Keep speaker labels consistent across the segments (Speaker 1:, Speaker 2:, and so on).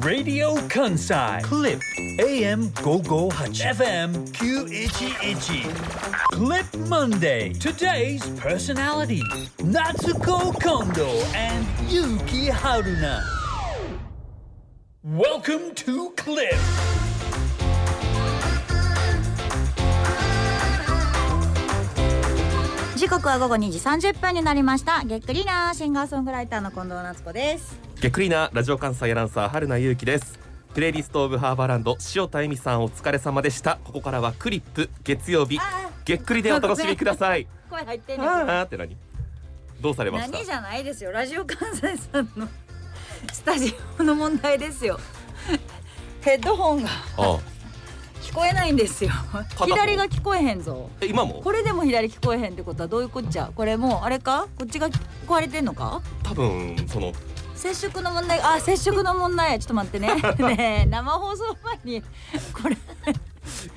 Speaker 1: Radio Kansai
Speaker 2: Clip
Speaker 1: AM
Speaker 2: 558
Speaker 1: FM
Speaker 2: 911
Speaker 1: E Clip Monday Today's personality Natsuko Kondo and Yuki Haruna Welcome to Clip
Speaker 3: 時刻は午後2時30分になりましたげっくりなシンガーソングライターの近藤夏子です
Speaker 4: げっくりなラジオ関西アナウンサー春名ゆうきですプレイリストオブハーバーランド塩田恵美さんお疲れ様でしたここからはクリップ月曜日
Speaker 3: あ
Speaker 4: げっくりでお楽しみください
Speaker 3: 声入って
Speaker 4: あ
Speaker 3: んねん
Speaker 4: ーって何どうされました
Speaker 3: 何じゃないですよラジオ関西さんの スタジオの問題ですよヘッドホンが
Speaker 4: ああ
Speaker 3: 聞こえないんですよ
Speaker 4: 方
Speaker 3: 左が聞こえへんぞ
Speaker 4: え今も
Speaker 3: これでも左聞こえへんってことはどういうこっちゃこれもうあれかこっちが壊れてんのか
Speaker 4: 多分その
Speaker 3: 接触の問題あ接触の問題やちょっと待ってね ねえ生放送前にこれ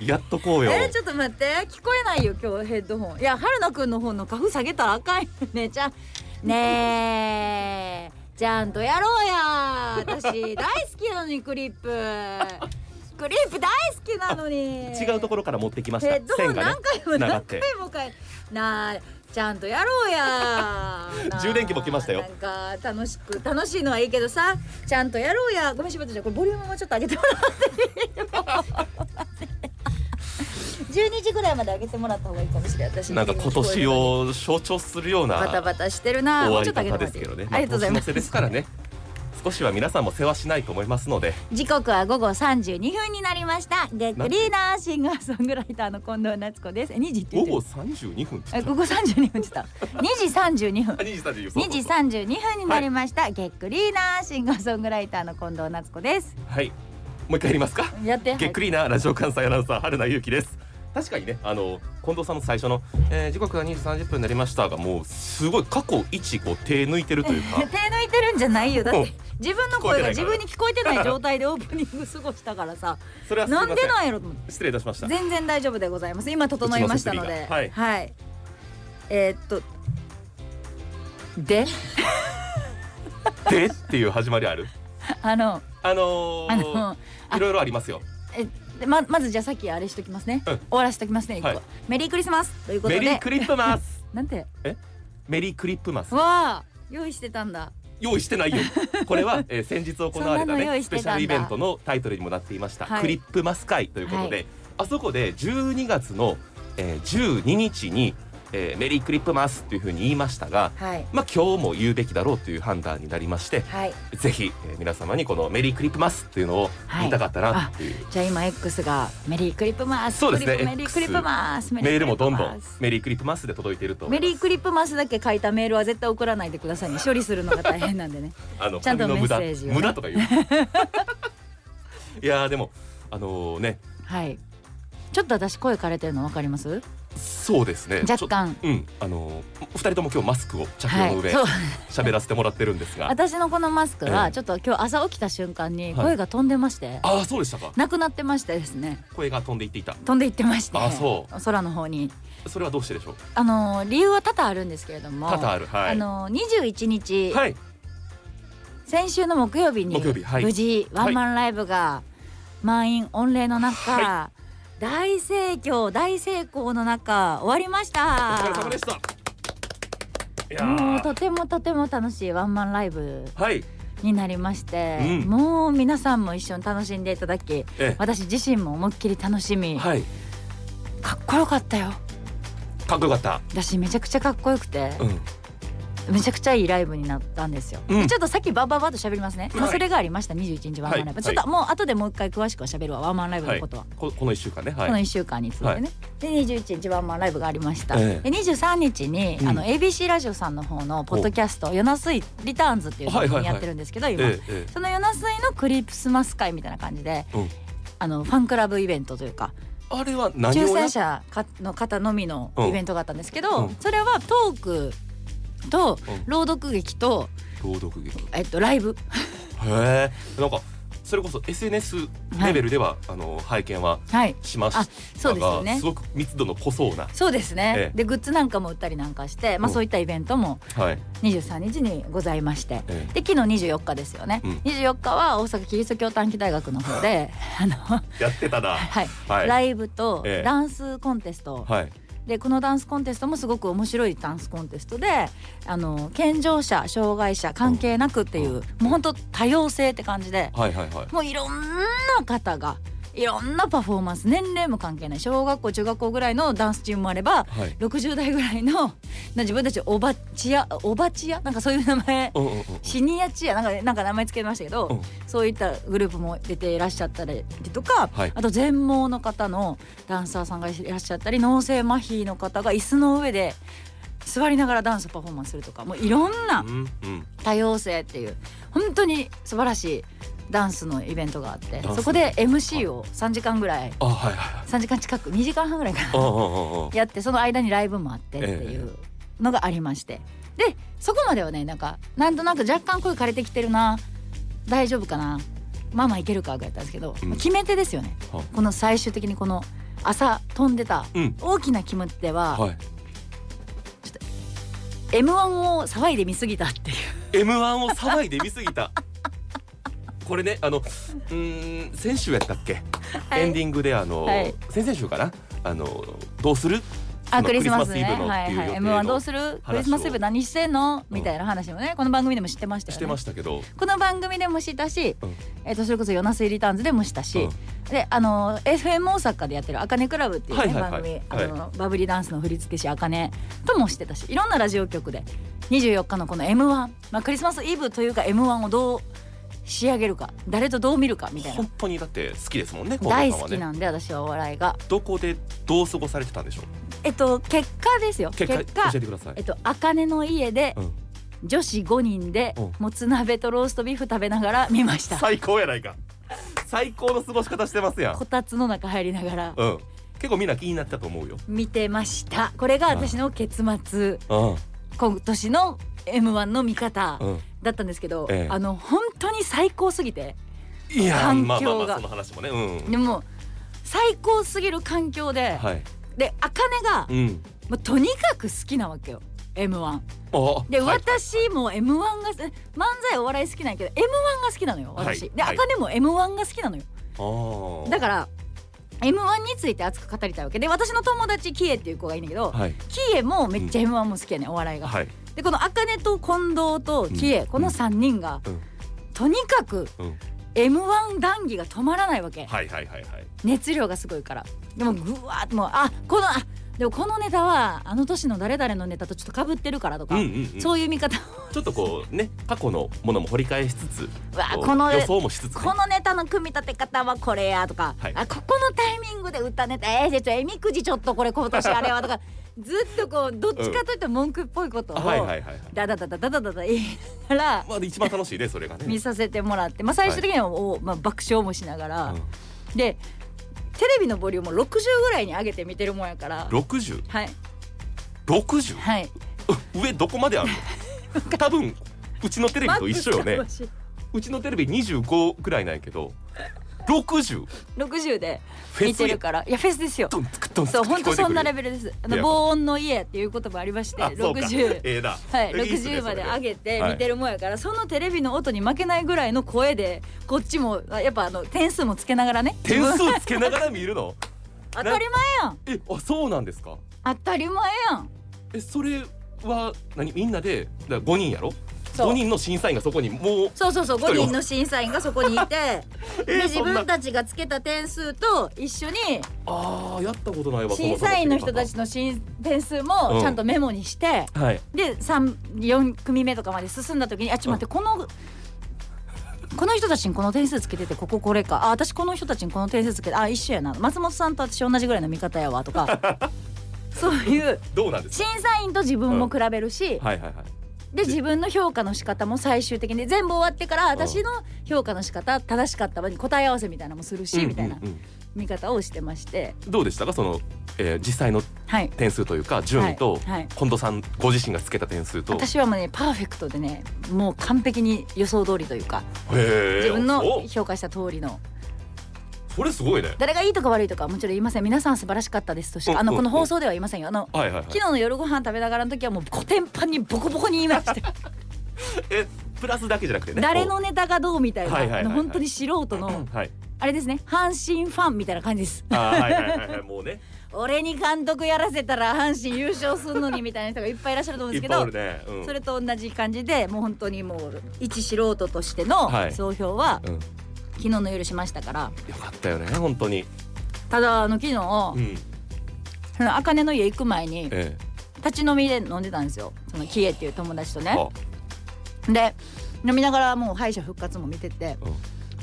Speaker 4: やっとこうよ
Speaker 3: えーちょっと待って聞こえないよ今日ヘッドホンいや春菜くんの方の花粉下げたらあかんよ ねちゃんねえちゃんとやろうや私大好きなのにクリップクリップ大好きなのに
Speaker 4: 違うところから持ってきまし
Speaker 3: ヘ
Speaker 4: た
Speaker 3: ッドホ
Speaker 4: 線
Speaker 3: ン
Speaker 4: がね
Speaker 3: 何回も
Speaker 4: つながっ
Speaker 3: 何
Speaker 4: て
Speaker 3: 回もかえなあちゃんとやろうやな あ
Speaker 4: 充電器も来ましたよ
Speaker 3: なんか楽しく楽しいのはいいけどさちゃんとやろうやごめん柴田ちゃんこれボリュームもちょっと上げてもらっていい12時ぐらいまで上げてもらった方がいいかもしれない私
Speaker 4: なんか今年を象徴するよう
Speaker 3: バタ
Speaker 4: な
Speaker 3: バタしてるな
Speaker 4: 終
Speaker 3: も
Speaker 4: わ
Speaker 3: うちょ
Speaker 4: り
Speaker 3: っと上
Speaker 4: 方で
Speaker 3: げてもらっ
Speaker 4: す
Speaker 3: てい
Speaker 4: け
Speaker 3: い
Speaker 4: どね
Speaker 3: ありがとうござい
Speaker 4: まあ年の
Speaker 3: ます
Speaker 4: 瀬ですからね少しは皆さんも世話しないと思いますので
Speaker 3: 時刻は午後32分になりましたゲックリーナーシンガーソングライターの近藤夏子ですえ2時って言
Speaker 4: 午
Speaker 3: ってる
Speaker 4: 後32分って言
Speaker 3: え
Speaker 4: っちゃ
Speaker 3: 午
Speaker 4: う
Speaker 3: 後32分って言った2時32分
Speaker 4: あ2時32分
Speaker 3: 2時32分になりました、ゲックリーナーシンガーソングライターの近藤夏子です
Speaker 4: はいもう一回やりますか
Speaker 3: やって
Speaker 4: げっくりなラジオ関西アナウンサー春名ゆうきです確かにねあの近藤さんの最初の、えー時刻が2時30分になりましたがもうすごい過去一こう手抜いてるという
Speaker 3: 手
Speaker 4: か
Speaker 3: 抜いてるんじゃないよだっ
Speaker 4: うん
Speaker 3: て自分の声が
Speaker 4: 聞こえてないから
Speaker 3: 自分に聞こえてない状態でオープニング過ごしたからさ
Speaker 4: そ れはすい ま
Speaker 3: なん
Speaker 4: せん
Speaker 3: でなんやろと思って
Speaker 4: 失礼いたしました
Speaker 3: 全然大丈夫でございます今整いましたの
Speaker 4: うちの
Speaker 3: で
Speaker 4: 設備がはい
Speaker 3: えーっとで
Speaker 4: でっていう始まりある
Speaker 3: あの
Speaker 4: あのー
Speaker 3: あのあ
Speaker 4: いろいろありますよ
Speaker 3: えでままずじゃあさっきあれしときますね、
Speaker 4: うん
Speaker 3: 終わらしときますね一個、
Speaker 4: はい
Speaker 3: メリークリスマスということ
Speaker 4: メ
Speaker 3: で
Speaker 4: リークリップマス
Speaker 3: なんて
Speaker 4: メリークリップマス
Speaker 3: わあ用意してたんだ
Speaker 4: 用意して ないよこれは、えー先日行われ
Speaker 3: そんな
Speaker 4: た
Speaker 3: の
Speaker 4: ね
Speaker 3: 用意し
Speaker 4: ス
Speaker 3: て
Speaker 4: ペ
Speaker 3: たん
Speaker 4: シャル
Speaker 3: だ
Speaker 4: イベントのタイトルにもなっていました、
Speaker 3: はい
Speaker 4: クリップマス会ということで、
Speaker 3: はい
Speaker 4: あそこで12月の、えー12日に、えーメリークリップマスというふうに言いましたが
Speaker 3: はい
Speaker 4: まあ、今日も言うべきだろうという判断になりまして
Speaker 3: はい
Speaker 4: ぜひ、えー皆様にこのメリークリップマスっていうのを
Speaker 3: はい
Speaker 4: 見たかったなっていう、
Speaker 3: じゃあ今 X がメリークリップマス
Speaker 4: そうですね
Speaker 3: クリップメリークリップマス
Speaker 4: メールもどんどん
Speaker 3: メ
Speaker 4: メリークリップマスで届いていると思い
Speaker 3: リ
Speaker 4: ます
Speaker 3: ークリップマスだけ書いたメールは絶対送らないでくださいね処理するのが大変なんで ね
Speaker 4: あの
Speaker 3: ちゃんと
Speaker 4: 紙の無駄
Speaker 3: メッセージをね
Speaker 4: 無駄とか 言ういやーでもあのね
Speaker 3: はいちょっと私声枯れてるの分かります
Speaker 4: そうですねちょ
Speaker 3: 若干
Speaker 4: うんあのーお二人とも今日マスクを着
Speaker 3: は
Speaker 4: 用の
Speaker 3: い
Speaker 4: 上
Speaker 3: そう
Speaker 4: 喋、らせてもらってるんですが
Speaker 3: 私のこのマスク
Speaker 4: え
Speaker 3: は
Speaker 4: え
Speaker 3: ちょっと今日朝起きた瞬間に
Speaker 4: はい
Speaker 3: 声が飛んでまして、
Speaker 4: ああそうでしたか
Speaker 3: なくなってましてですね
Speaker 4: 声が飛んでいっていた
Speaker 3: 飛んでいってまして
Speaker 4: あそ
Speaker 3: 空の方に
Speaker 4: それはどうしてでしょう
Speaker 3: あのー理由は多々あるんですけれども
Speaker 4: 多々あるはい
Speaker 3: あのー21日、
Speaker 4: はい
Speaker 3: 先週の木曜日に
Speaker 4: 木曜日はい
Speaker 3: 無事ワンマンライブが満員御礼の中、
Speaker 4: は
Speaker 3: 大盛況大成功の中終わりました
Speaker 4: お疲れ様でしたいやー
Speaker 3: もうとてもとても楽しいワンマンライブ
Speaker 4: はい
Speaker 3: になりまして、
Speaker 4: うん
Speaker 3: もう皆さんも一緒に楽しんでいただき
Speaker 4: え
Speaker 3: 私自身も思いっきり楽しみ、
Speaker 4: えはい
Speaker 3: かっこよかったよ
Speaker 4: かっこよかった
Speaker 3: 私めちゃくちゃかっこよくて、
Speaker 4: うん
Speaker 3: めちゃくちゃいいライブになったんですよ、
Speaker 4: うん
Speaker 3: ちょっとさっきバババッと喋りますね、まあ、
Speaker 4: はい
Speaker 3: それがありました21日ワンマンライブ、
Speaker 4: はい
Speaker 3: ちょっともう後でもう一回詳しくは喋るわワンマンライブのことは、
Speaker 4: ここの一週間ね
Speaker 3: この
Speaker 4: はい
Speaker 3: 1週間についてね、
Speaker 4: はい
Speaker 3: で21日ワンマンライブがありました、
Speaker 4: ええ
Speaker 3: で23日に、
Speaker 4: うん
Speaker 3: あの ABC ラジオさんの方のポッドキャスト「夜なすいリターンズ」っていう番
Speaker 4: はいはい
Speaker 3: 組
Speaker 4: はい
Speaker 3: やってるんですけど、今、
Speaker 4: えええ
Speaker 3: その「夜なすい」のクリスマス会みたいな感じで、
Speaker 4: うん
Speaker 3: あのファンクラブイベントというか
Speaker 4: えあれは何
Speaker 3: 抽
Speaker 4: をや
Speaker 3: 選者かの方のみのイベントがあったんですけ
Speaker 4: う
Speaker 3: ど、
Speaker 4: ん
Speaker 3: それはトークと
Speaker 4: うん
Speaker 3: 朗読劇と、
Speaker 4: 朗読劇へ
Speaker 3: えっと、ライブ
Speaker 4: えなんかそれこそ SNS レベルでは、あの拝見は
Speaker 3: はい
Speaker 4: しま
Speaker 3: あ
Speaker 4: した
Speaker 3: そうですよ
Speaker 4: がす,、
Speaker 3: ね
Speaker 4: ごく密度の濃そうな、
Speaker 3: そうですね、
Speaker 4: ええ
Speaker 3: でグッズなんかも売ったりなんかして、ま
Speaker 4: う
Speaker 3: あ、
Speaker 4: ん
Speaker 3: そういったイベントも
Speaker 4: はい
Speaker 3: 23日にございまして
Speaker 4: え
Speaker 3: で昨日24日ですよね、
Speaker 4: うん
Speaker 3: 24日は大阪キリスト教短期大学の方で あの、は
Speaker 4: えやってたな。
Speaker 3: い
Speaker 4: はい
Speaker 3: ライブと
Speaker 4: ええ
Speaker 3: ダンスコンテスト、
Speaker 4: はい、
Speaker 3: でこのダンスコンテストもすごく面白いダンスコンテストであの健常者障害者関係なくっていう、
Speaker 4: うん
Speaker 3: もう本当多様性って感じで
Speaker 4: はいはいはい
Speaker 3: もういろんな方がいろんなパフォーマンス年齢も関係ない小学校中学校ぐらいのダンスチームもあれば
Speaker 4: はい
Speaker 3: 60代ぐらいのな自分たちおばちやおばちやなんかそういう名前
Speaker 4: うんうんうん
Speaker 3: シニアチアなんかなんか名前つけましたけど、
Speaker 4: うん
Speaker 3: そういったグループも出ていらっしゃったりとか、
Speaker 4: はい
Speaker 3: あと全盲の方のダンサーさんがいらっしゃったり脳性麻痺の方が椅子の上で座りながらダンスパフォーマンスするとかもういろんな
Speaker 4: うんうん
Speaker 3: 多様性っていう本当に素晴らしいダンスのイベントがあって
Speaker 4: ダンス
Speaker 3: そこで MC を3時間ぐらい
Speaker 4: あはいはい
Speaker 3: 3時間近く2時間半ぐらいかな
Speaker 4: ああああ
Speaker 3: やってその間にライブもあってっていうのがありまして、でそこまではねなんかなんとなく若干声枯れてきてるな大丈夫かなまあまあいけるかぐらいだったんですけど、
Speaker 4: うん
Speaker 3: 決め手ですよね
Speaker 4: ああ
Speaker 3: この最終的にこの朝飛んでた
Speaker 4: うん
Speaker 3: 大きな決め手は、
Speaker 4: はい
Speaker 3: m 1を騒いで見すぎたっていう
Speaker 4: M1 を騒いで見すぎた これねあのうーん先週やったっけ、
Speaker 3: はい
Speaker 4: エンディングであの、
Speaker 3: はい
Speaker 4: 先々週かなあのどうする
Speaker 3: あ
Speaker 4: その
Speaker 3: クリスマス
Speaker 4: ク
Speaker 3: ね
Speaker 4: リスマスイブの
Speaker 3: は
Speaker 4: って
Speaker 3: い
Speaker 4: いう予
Speaker 3: は
Speaker 4: 定
Speaker 3: い
Speaker 4: の
Speaker 3: m 1どうするクリスマスイブ何してんの
Speaker 4: うん
Speaker 3: みたいな話もねこの番組でも知ってましたよ
Speaker 4: し
Speaker 3: ね
Speaker 4: てましたけど、
Speaker 3: この番組でもしたし、
Speaker 4: うん
Speaker 3: えっとそれこそ「ヨナスイリターンズ」でもしたし、
Speaker 4: うん
Speaker 3: であの FM 大阪でやってる「あかねクラブ」っていう、ね
Speaker 4: はいはいはい
Speaker 3: 番組あの、バブリーダンスの振付師あかねともしてたしいろんなラジオ局で24日のこの m 1、まあ、クリスマスイブというか m 1をどう仕上げるか誰とどう見るかみたいな
Speaker 4: 本当にだって好きですもんね近藤
Speaker 3: 大
Speaker 4: さん
Speaker 3: 好
Speaker 4: は
Speaker 3: き
Speaker 4: ね
Speaker 3: なんで私はお笑いが。
Speaker 4: どこでどう過ごされてたんでしょう
Speaker 3: えっと結果ですよ
Speaker 4: 結果教えてください
Speaker 3: えっと、茜の家で、
Speaker 4: うん
Speaker 3: 女子5人で
Speaker 4: うん
Speaker 3: もつ鍋とローストビーフ食べながら見ました
Speaker 4: 最高やないか最高の過ごし方してますやん
Speaker 3: こたつの中入りながら
Speaker 4: うん結構みんな気になったと思うよ
Speaker 3: 見てましたこれが私の結末
Speaker 4: う
Speaker 3: 今年の m 1の見方
Speaker 4: んうん
Speaker 3: だったんですけど、
Speaker 4: ええ
Speaker 3: あの本当に最高すぎて
Speaker 4: いやー
Speaker 3: 環境
Speaker 4: まあまあま
Speaker 3: が
Speaker 4: あその話もねうん
Speaker 3: でも最高すぎる環境で、
Speaker 4: はい
Speaker 3: で茜が
Speaker 4: うん
Speaker 3: もうとにかく好きなわけよ m 1
Speaker 4: あ
Speaker 3: で、
Speaker 4: はい
Speaker 3: 私も m 1が漫才お笑い好きなんやけど m 1が好きなのよ私、
Speaker 4: はい
Speaker 3: で
Speaker 4: はい
Speaker 3: 茜も m 1が好きなのよ
Speaker 4: あー
Speaker 3: だから m 1について熱く語りたいわけで私の友達キエっていう子がいいんだけど、
Speaker 4: はい
Speaker 3: キエもめっちゃ m 1も好きやねんお笑いが、
Speaker 4: はい
Speaker 3: でこの茜と近藤とキエ、
Speaker 4: うん
Speaker 3: この3人が、
Speaker 4: うん
Speaker 3: とにかく
Speaker 4: うん
Speaker 3: m 1談義が止まらないわけ、
Speaker 4: はいはいはいはい
Speaker 3: 熱量がすごいからでもぐわーってもうあこのあでもこのネタはあの年の誰々のネタとちょっとかぶってるからと
Speaker 4: う
Speaker 3: か、
Speaker 4: んうんうん
Speaker 3: そういう見方を
Speaker 4: ちょっとこうね過去のものも掘り返しつつ
Speaker 3: うわ
Speaker 4: こう
Speaker 3: この
Speaker 4: 予想もしつつね
Speaker 3: このネタの組み立て方はこれやとか、
Speaker 4: はい
Speaker 3: あここのタイミングで歌ネタえー、じゃあちょえみくじちょっとこれ今年あれはとかずっとこうどっちかというと文句っぽいことを、
Speaker 4: あはいはいはいはい
Speaker 3: だだだだだだだだ言いながら
Speaker 4: まあで一番楽しいねそれがね
Speaker 3: 見させてもらって、まあ、最終的には、おまあ、爆笑もしながら、
Speaker 4: う
Speaker 3: でテレビのボリュームを60ぐらいに上げて見てるもんやから
Speaker 4: ん60
Speaker 3: はい
Speaker 4: 60
Speaker 3: はい
Speaker 4: 上どこまで あるの多分うちのテレビと一緒よね
Speaker 3: マックスか
Speaker 4: うちのテレビ25くらいなんやけど60
Speaker 3: もし60で
Speaker 4: フェ
Speaker 3: 見
Speaker 4: ス
Speaker 3: てる
Speaker 4: や
Speaker 3: からいやフェスですよ
Speaker 4: ドンツクドンツク
Speaker 3: そう本当そんなレ
Speaker 4: ベ
Speaker 3: ベルですあ
Speaker 4: い
Speaker 3: の
Speaker 4: や
Speaker 3: 防音の家っていう言葉ありまして
Speaker 4: あそうかえ
Speaker 3: 60
Speaker 4: えな
Speaker 3: はい、
Speaker 4: いいっすね
Speaker 3: 60まで上げて
Speaker 4: それで
Speaker 3: 見てるもんやから、そのテレビの音に負けないぐらいの声でこっちもあやっぱあの点数もつけながらね自
Speaker 4: 点
Speaker 3: 分
Speaker 4: 数つけながら見るの
Speaker 3: 当たり前やん
Speaker 4: えあそうなんですか
Speaker 3: 当たり前やん
Speaker 4: えそれは何みんなでだ5人やろ
Speaker 3: そう
Speaker 4: 5人の審査員がそこにもう
Speaker 3: そうそうそう5人の審査員がそこにいて
Speaker 4: え
Speaker 3: で
Speaker 4: ー
Speaker 3: 自
Speaker 4: そんな
Speaker 3: 分たちがつけた点数と一緒に
Speaker 4: ああやったことないわ
Speaker 3: 審査員の人たちの審点数もちゃんとメモにして、
Speaker 4: はい
Speaker 3: で34組目とかまで進んだ時にあちょっと待ってこの。この人たちにこの点数つけててこここれかあ私この人たちにこの点数つけてあ一緒やな松本さんと私同じぐらいの見方やわとかそういう
Speaker 4: どうなんですか
Speaker 3: 審査員と自分も比べるし、
Speaker 4: はいはいはい
Speaker 3: で自分の評価の仕方も最終的に全部終わってから私の評価の仕方正しかった場合に答え合わせみたいなのもするし、みたいな
Speaker 4: うんうん
Speaker 3: 見方をしてまして
Speaker 4: うんどうでしたかその、えー実際の
Speaker 3: はい
Speaker 4: 点数というか順位と、
Speaker 3: はいはい
Speaker 4: 近藤さんご自身がつけた点数と
Speaker 3: 私はもうねパーフェクトでねもう完璧に予想通りというか
Speaker 4: 自
Speaker 3: 自分の評価した通りの
Speaker 4: それすごいね
Speaker 3: 誰がいいとか悪いとかはもちろん言いません皆さん素晴らしかったですとし
Speaker 4: うん
Speaker 3: かあの
Speaker 4: うん
Speaker 3: この放送では言いませんよあの
Speaker 4: はいはいはい
Speaker 3: 昨日の夜ご飯食べながらの時はもうコテンパンにボコボコに言いま したよ
Speaker 4: えプラスだけじゃなくてね
Speaker 3: 誰のネタがどうみたい
Speaker 4: はいはい
Speaker 3: な
Speaker 4: は
Speaker 3: あ
Speaker 4: い
Speaker 3: の
Speaker 4: はい
Speaker 3: 本当に素人の
Speaker 4: はい
Speaker 3: あれですね阪神ファンみたいな感じです
Speaker 4: あーはいはいはいはいもうね
Speaker 3: 俺に監督やらせたら阪神優勝するのにみたいな人がいっぱいいらっしゃると思うん
Speaker 4: いっ
Speaker 3: ですけ
Speaker 4: ぱい
Speaker 3: ど
Speaker 4: おるね、うん、
Speaker 3: それと同じ感じでもう本当にもう一素人としての
Speaker 4: はい
Speaker 3: 総評は
Speaker 4: うん、よ
Speaker 3: 昨日の夜しましたから
Speaker 4: かったよね本当に
Speaker 3: ただあの昨日そ
Speaker 4: うん
Speaker 3: の茜の家行く前に
Speaker 4: ええ
Speaker 3: 立ち飲みで飲んでたんですよそのキエっていう友達とね
Speaker 4: あ
Speaker 3: で飲みながらもう敗者復活も見てて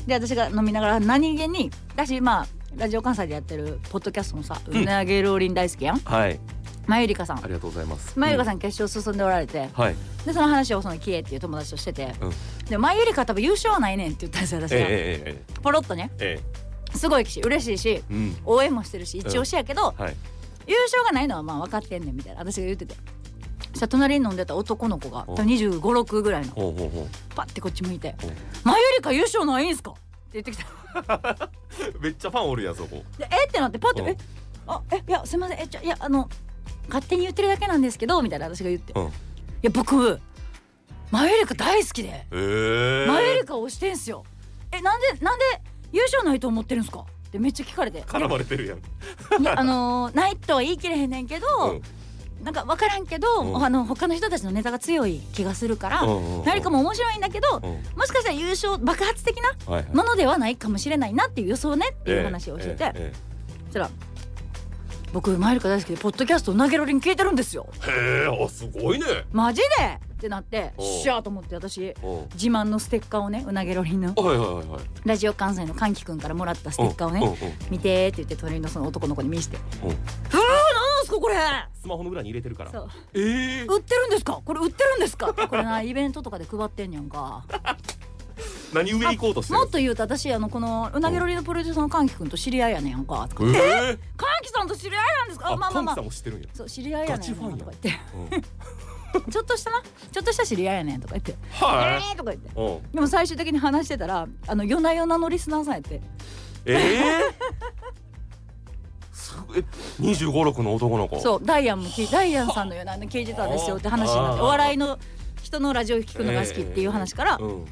Speaker 3: で私が飲みながら何気に私まあラジオ関西でやってるポッドキャストのさ「うなげローリン大好きやん」
Speaker 4: はい
Speaker 3: まゆりかさん
Speaker 4: ありがとうございます
Speaker 3: まゆりか
Speaker 4: ん、
Speaker 3: さん決勝進んでおられて
Speaker 4: うんはい
Speaker 3: でその話をそのキエっていう友達としてて
Speaker 4: うん
Speaker 3: 「でまゆりか多分優勝はないねん」って言ったんですよ私が、
Speaker 4: えええええ
Speaker 3: ポロッとね
Speaker 4: ええ
Speaker 3: すごいし嬉しいし
Speaker 4: えうん
Speaker 3: 応援もしてるし一押しやけど、
Speaker 4: はい
Speaker 3: 優勝がないのはまあ分かってんねんみたいな私が言ってて。さ隣に飲んでた男の子が
Speaker 4: お
Speaker 3: 2 5 6ぐらいの
Speaker 4: ほうほうほ
Speaker 3: パッてこっち向いて
Speaker 4: お
Speaker 3: 「マユリカ優勝ないんすか?」って言ってきた
Speaker 4: う めっちゃファンおるやんそこ
Speaker 3: でえってなってパッて
Speaker 4: う
Speaker 3: 「
Speaker 4: ん
Speaker 3: えあえいやすいませんえちょいやあの勝手に言ってるだけなんですけど」みたいな私が言って「
Speaker 4: うん
Speaker 3: いや僕マユリカ大好きで
Speaker 4: ええ
Speaker 3: マユリカ推してんすよえなんでなんで優勝ないと思ってるんすか?」ってめっちゃ聞かれて「
Speaker 4: 絡まれてるやん
Speaker 3: いやあのーないとは言い切れへんねんけど、
Speaker 4: うん
Speaker 3: なんか分からんけど、
Speaker 4: うん
Speaker 3: あの他の人たちのネタが強い気がするから、
Speaker 4: うんうんうん
Speaker 3: 何かも面白いんだけど、
Speaker 4: うん
Speaker 3: もしかしたら優勝爆発的な
Speaker 4: はいはい
Speaker 3: ものではないかもしれないなっていう予想ねって
Speaker 4: え
Speaker 3: い
Speaker 4: え
Speaker 3: う話をしてて、
Speaker 4: え
Speaker 3: そしたら「僕マイルカ大好きでポッドキャスト投げろりん聞いてるんですよ
Speaker 4: えええへえあすごいね
Speaker 3: マジで!」ってなって「
Speaker 4: おう
Speaker 3: しゃー!」と思って
Speaker 4: う
Speaker 3: 私
Speaker 4: ん
Speaker 3: 自慢のステッカーをねうなげろりんの
Speaker 4: はいはいはいはい
Speaker 3: ラジオ関西のかんきくんからもらったステッカーを
Speaker 4: うんうん
Speaker 3: ね
Speaker 4: うん
Speaker 3: 「見て」って言って隣のその男の子に見せて「
Speaker 4: うん
Speaker 3: うわーなんすかこれ!」
Speaker 4: スマホの裏に入れてるから
Speaker 3: そう
Speaker 4: ええ
Speaker 3: 売ってるんですかこれ売ってるんです かこれなイベントとかで配ってんやんか
Speaker 4: 何上行こうとしてる
Speaker 3: もっと言うと私あのこのうなぎロリのプロデューサーのかんきくんと知り合いやねんやんか
Speaker 4: ええ
Speaker 3: かんきさんと知り合いなんですかあまあまあ
Speaker 4: 神
Speaker 3: ま
Speaker 4: さん
Speaker 3: あ
Speaker 4: も知ってるんや
Speaker 3: そう知り合いやね
Speaker 4: ガ
Speaker 3: ん
Speaker 4: チファンや
Speaker 3: とか言って
Speaker 4: うん
Speaker 3: ちょっとしたなちょっとした知り合いやねんとか言ってえ
Speaker 4: はい
Speaker 3: ーとか言って
Speaker 4: うん
Speaker 3: でも最終的に話してたらあの夜な夜なのリスナーさんやって
Speaker 4: ええすごい二十五六の男の子う
Speaker 3: そうダイアンも聞いダイアンさんの夜な夜な聞いてたんですよって話になって
Speaker 4: あー
Speaker 3: お笑いの人のラジオ聞くのが好きっていう話から、
Speaker 4: うん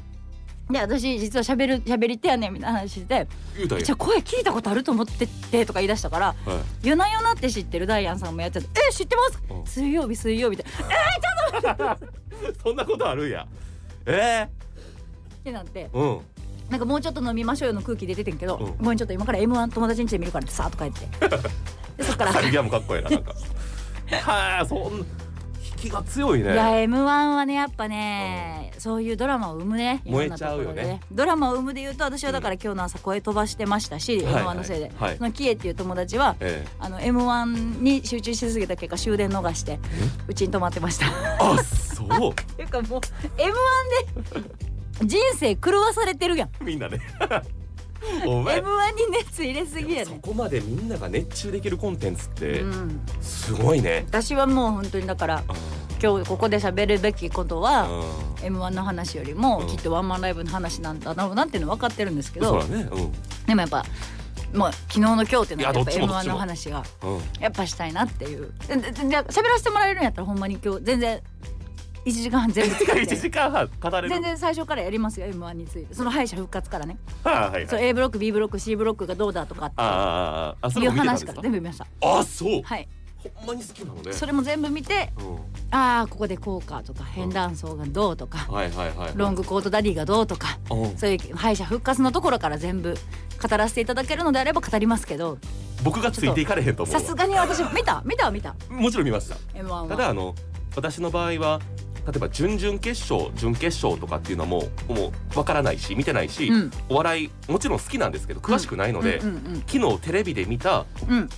Speaker 3: で私実はしゃべるしゃべり手やねんみたいな話してて
Speaker 4: 言うたんや
Speaker 3: じゃあ声聞いたことあると思ってってとか言い出したから
Speaker 4: はい
Speaker 3: 「夜な夜な」って知ってるダイアンさんもやっちゃって「え知ってます
Speaker 4: うん
Speaker 3: 水曜日水曜日」って「え っ!」
Speaker 4: そんなことあるんやえ
Speaker 3: てなって
Speaker 4: えうん
Speaker 3: 「なんかもうちょっと飲みましょうよ」の空気出ててんけど「
Speaker 4: うん
Speaker 3: ごめんちょっと今から m 1友達ん家で見るから」ってさーとか言ってでそっ から「
Speaker 4: サリギャもかっこええななん かはいそん引きが強い
Speaker 3: いや
Speaker 4: ね
Speaker 3: m 1はねやっぱねそういうドラマを生むねいろんなところで
Speaker 4: 燃えちゃうよね
Speaker 3: ドラマを生むで言うと私はだから今日の朝声飛ばしてましたし、
Speaker 4: はい
Speaker 3: m 1のせいで、
Speaker 4: はい
Speaker 3: そのキエっていう友達は
Speaker 4: ええ
Speaker 3: あの m 1に集中しすぎた結果終電逃してうちに泊まってました。
Speaker 4: あそ
Speaker 3: っていうかもう m 1で人生狂わされてるやん
Speaker 4: うみん なねお前
Speaker 3: m 1に熱入れすぎや
Speaker 4: そ
Speaker 3: ね
Speaker 4: こまでみんなが熱中できるコンテンツっ
Speaker 3: ん、
Speaker 4: て
Speaker 3: うん、
Speaker 4: すごいね
Speaker 3: 私はもう本当にだから今日ここで喋るべきこと
Speaker 4: う
Speaker 3: は
Speaker 4: ん
Speaker 3: m 1の話より
Speaker 4: う
Speaker 3: も
Speaker 4: ん
Speaker 3: きっとワンマンライブの話なんだろうなっていうの分かってるんですけ
Speaker 4: そうだ
Speaker 3: ど
Speaker 4: ねうん
Speaker 3: でもやっぱもう昨日の今日っていうのはい
Speaker 4: や
Speaker 3: や
Speaker 4: ど
Speaker 3: っ
Speaker 4: っ
Speaker 3: ぱ
Speaker 4: ち
Speaker 3: m
Speaker 4: もどっ
Speaker 3: 1
Speaker 4: ちも
Speaker 3: の話が
Speaker 4: うん
Speaker 3: やっぱしたいなっていうでででじゃあ喋らせてもらえるんやったらほんまに今日全然1時間半全部使っ
Speaker 4: 一
Speaker 3: て
Speaker 4: 時間半語れる
Speaker 3: 全然最初からやりますよ m 1についてその敗者復活からね
Speaker 4: はいはい
Speaker 3: そう
Speaker 4: はい
Speaker 3: A ブロック B ブロック C ブロックがどうだとかって
Speaker 4: あーあーあーあそ
Speaker 3: い
Speaker 4: れ
Speaker 3: う
Speaker 4: も見てたんで
Speaker 3: 話
Speaker 4: す
Speaker 3: から
Speaker 4: か
Speaker 3: 全部見ました
Speaker 4: あそう
Speaker 3: はい
Speaker 4: ほんまに好きなのね
Speaker 3: それも全部見て
Speaker 4: うん
Speaker 3: ああここでこうかとか変断層がどうとか
Speaker 4: はいはいはい
Speaker 3: ロングコートダディがどうとか
Speaker 4: うん
Speaker 3: そういう敗者復活のところから全部語らせていただけるのであれば語りますけど
Speaker 4: 僕がついていかれへんと思う
Speaker 3: さ
Speaker 4: わ
Speaker 3: すがに私見た見たは見た
Speaker 4: もちろん見ました
Speaker 3: M1 は
Speaker 4: ただあの私の場合は例えば準々決勝準決勝とかっていうのはもうもうわからないし見てないし、
Speaker 3: うん
Speaker 4: お笑いもちろん好きなんですけど詳しくないので、
Speaker 3: うんうん
Speaker 4: 昨日テレビで見た
Speaker 3: うんうん